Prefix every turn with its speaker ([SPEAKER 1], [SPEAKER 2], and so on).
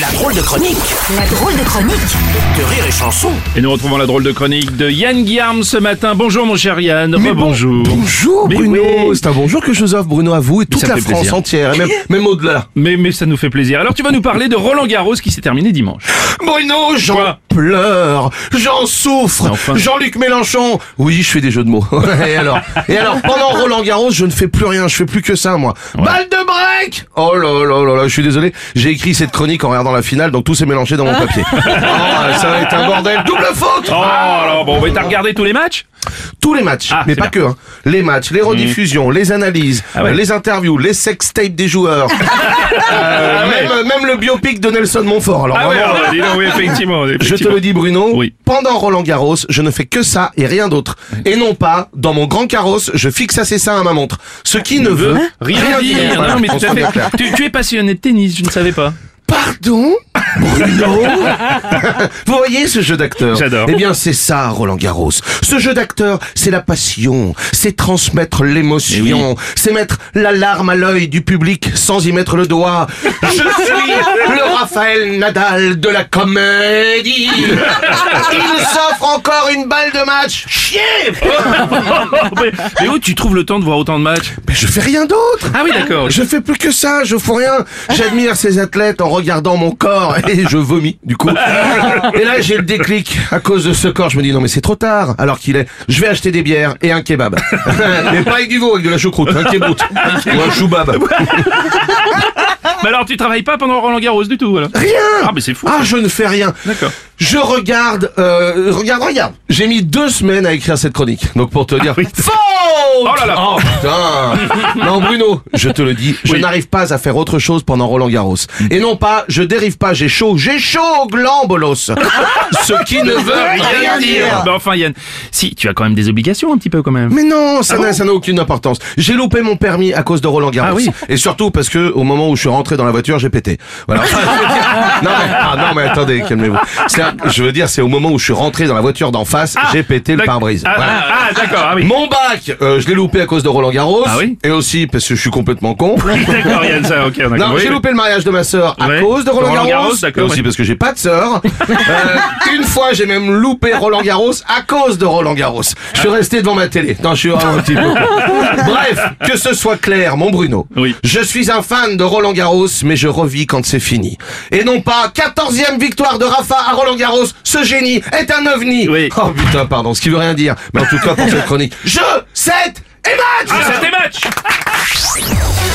[SPEAKER 1] La drôle de chronique
[SPEAKER 2] La drôle de chronique
[SPEAKER 1] de Rire et Chanson.
[SPEAKER 3] Et nous retrouvons la drôle de chronique de Yann Guillaume ce matin. Bonjour mon cher Yann. Rebonjour.
[SPEAKER 4] Bonjour
[SPEAKER 3] Mais
[SPEAKER 4] Bruno,
[SPEAKER 3] oui.
[SPEAKER 4] c'est un bonjour que je vous offre Bruno à vous et toute
[SPEAKER 3] ça
[SPEAKER 4] la
[SPEAKER 3] me
[SPEAKER 4] France
[SPEAKER 3] fait plaisir.
[SPEAKER 4] entière, et même, même au-delà.
[SPEAKER 3] Mais, mais ça nous fait plaisir. Alors tu vas nous parler de Roland Garros qui s'est terminé dimanche.
[SPEAKER 4] Bruno, j'en
[SPEAKER 3] Quoi
[SPEAKER 4] pleure, j'en souffre.
[SPEAKER 3] Mais enfin.
[SPEAKER 4] Jean-Luc Mélenchon, oui, je fais des jeux de mots. et alors, et alors, pendant Roland Garros, je ne fais plus rien, je fais plus que ça moi. Balle de break. Oh là là là là, je suis désolé, j'ai écrit cette chronique en regardant la finale, donc tout s'est mélangé dans mon papier. Oh, ça va être un bordel, double faute.
[SPEAKER 3] Oh alors bon, mais t'as regardé tous les matchs
[SPEAKER 4] Tous les matchs,
[SPEAKER 3] Ah,
[SPEAKER 4] mais
[SPEAKER 3] c'est Mmh.
[SPEAKER 4] pas que. hein. Les matchs, les rediffusions, les analyses,
[SPEAKER 3] Ah ouais.
[SPEAKER 4] euh, les interviews, les sex tapes des joueurs. Euh, même, même le biopic de Nelson Montfort. Alors
[SPEAKER 3] Ah ouais,
[SPEAKER 4] vraiment, euh,
[SPEAKER 3] alors, dis donc, oui, effectivement.
[SPEAKER 4] je te
[SPEAKER 3] effectivement.
[SPEAKER 4] le dis Bruno,
[SPEAKER 3] Oui.
[SPEAKER 4] pendant Roland Garros, je ne fais que ça et rien d'autre. Et non pas, dans mon grand carrosse, je fixe assez ça à ma montre. Ce qui ne veut
[SPEAKER 3] Rien,
[SPEAKER 4] rien
[SPEAKER 3] dire.
[SPEAKER 4] dire.
[SPEAKER 3] Non,
[SPEAKER 4] Voilà,
[SPEAKER 3] mais
[SPEAKER 4] qu'on
[SPEAKER 3] tout à
[SPEAKER 4] soit bien
[SPEAKER 3] fait.
[SPEAKER 4] clair.
[SPEAKER 3] Tu, tu es passionné de tennis, je ne savais pas.
[SPEAKER 4] Pardon Bruno Vous voyez ce jeu d'acteur
[SPEAKER 3] J'adore.
[SPEAKER 4] Eh bien c'est ça Roland Garros. Ce jeu d'acteur, c'est la passion, c'est transmettre l'émotion, c'est mettre la larme à l'œil du public sans y mettre le doigt. Je suis le Raphaël Nadal de la comédie. Il s'offre encore une balle de match. Chier
[SPEAKER 3] Oh, mais, mais où tu trouves le temps de voir autant de matchs
[SPEAKER 4] Mais je fais rien d'autre
[SPEAKER 3] Ah oui, d'accord.
[SPEAKER 4] Je fais plus que ça, je fous rien. J'admire ces athlètes en regardant mon corps et je vomis du coup. Et là j'ai le déclic à cause de ce corps. Je me dis non mais c'est trop tard. Alors qu'il est, je vais acheter des bières et un kebab. mais pas avec du veau, avec de la choucroute, un kebab ou un choubab.
[SPEAKER 3] Mais alors tu travailles pas pendant Roland Garros du tout alors
[SPEAKER 4] Rien.
[SPEAKER 3] Ah, mais c'est fou.
[SPEAKER 4] Ah je ne fais rien.
[SPEAKER 3] D'accord.
[SPEAKER 4] Je regarde, euh, regarde, regarde. J'ai mis deux semaines à écrire cette chronique. Donc pour te dire,
[SPEAKER 3] Ah oui.
[SPEAKER 4] faute
[SPEAKER 3] Oh là là.
[SPEAKER 4] putain Non Bruno, je te le dis, je
[SPEAKER 3] Oui. Mm.
[SPEAKER 4] n'arrive pas à faire autre chose pendant Roland Garros. Et non pas, je dérive pas, j'ai chaud, j'ai chaud au glambolos. Ce qui ne veut rien dire.
[SPEAKER 3] Bah, enfin Ah, Yann, si tu as quand même des obligations un petit peu quand même.
[SPEAKER 4] Mais non, ça
[SPEAKER 3] Ah
[SPEAKER 4] n'a
[SPEAKER 3] bon
[SPEAKER 4] ça n'a aucune importance. J'ai loupé mon permis à cause de Roland Garros.
[SPEAKER 3] Ah oui.
[SPEAKER 4] Et surtout parce que au moment où je suis rentré dans la voiture, j'ai pété. Voilà. Enfin, je veux dire- non, mais, ah, non mais attendez, calmez-vous. C'est-à-dire, Je veux dire, c'est au moment où je suis rentré dans la voiture d'en face,
[SPEAKER 3] Ah,
[SPEAKER 4] j'ai pété le
[SPEAKER 3] d'ac-
[SPEAKER 4] pare-brise.
[SPEAKER 3] Ah,
[SPEAKER 4] Voilà.
[SPEAKER 3] ah, ah, d'accord, ah oui.
[SPEAKER 4] Mon bac, euh, je l'ai loupé à cause de Roland Garros.
[SPEAKER 3] Ah oui
[SPEAKER 4] et aussi parce que je suis complètement con.
[SPEAKER 3] D'accord, Yann, ça, ok, on a
[SPEAKER 4] Non,
[SPEAKER 3] compris.
[SPEAKER 4] j'ai loupé le mariage de ma sœur à
[SPEAKER 3] Ouais.
[SPEAKER 4] cause de Roland,
[SPEAKER 3] Roland Garros,
[SPEAKER 4] Garros.
[SPEAKER 3] d'accord,
[SPEAKER 4] et aussi
[SPEAKER 3] ouais.
[SPEAKER 4] parce que j'ai pas de sœur. Euh, une fois, j'ai même loupé Roland Garros à cause de Roland Garros. Je
[SPEAKER 3] Ah.
[SPEAKER 4] suis resté devant ma télé. Non, je suis vraiment un petit peu. con. Bref, que ce soit clair, mon Bruno.
[SPEAKER 3] Oui.
[SPEAKER 4] Je suis un fan de Roland Garros, mais je revis quand c'est fini. Et non pas 14e victoire de Rafa à Roland Garros. Ce génie est un ovni.
[SPEAKER 3] Oui.
[SPEAKER 4] Oh putain, pardon, ce qui veut rien dire. Mais en tout cas, pour cette chronique, je, 7 et match
[SPEAKER 3] Ah, c'était match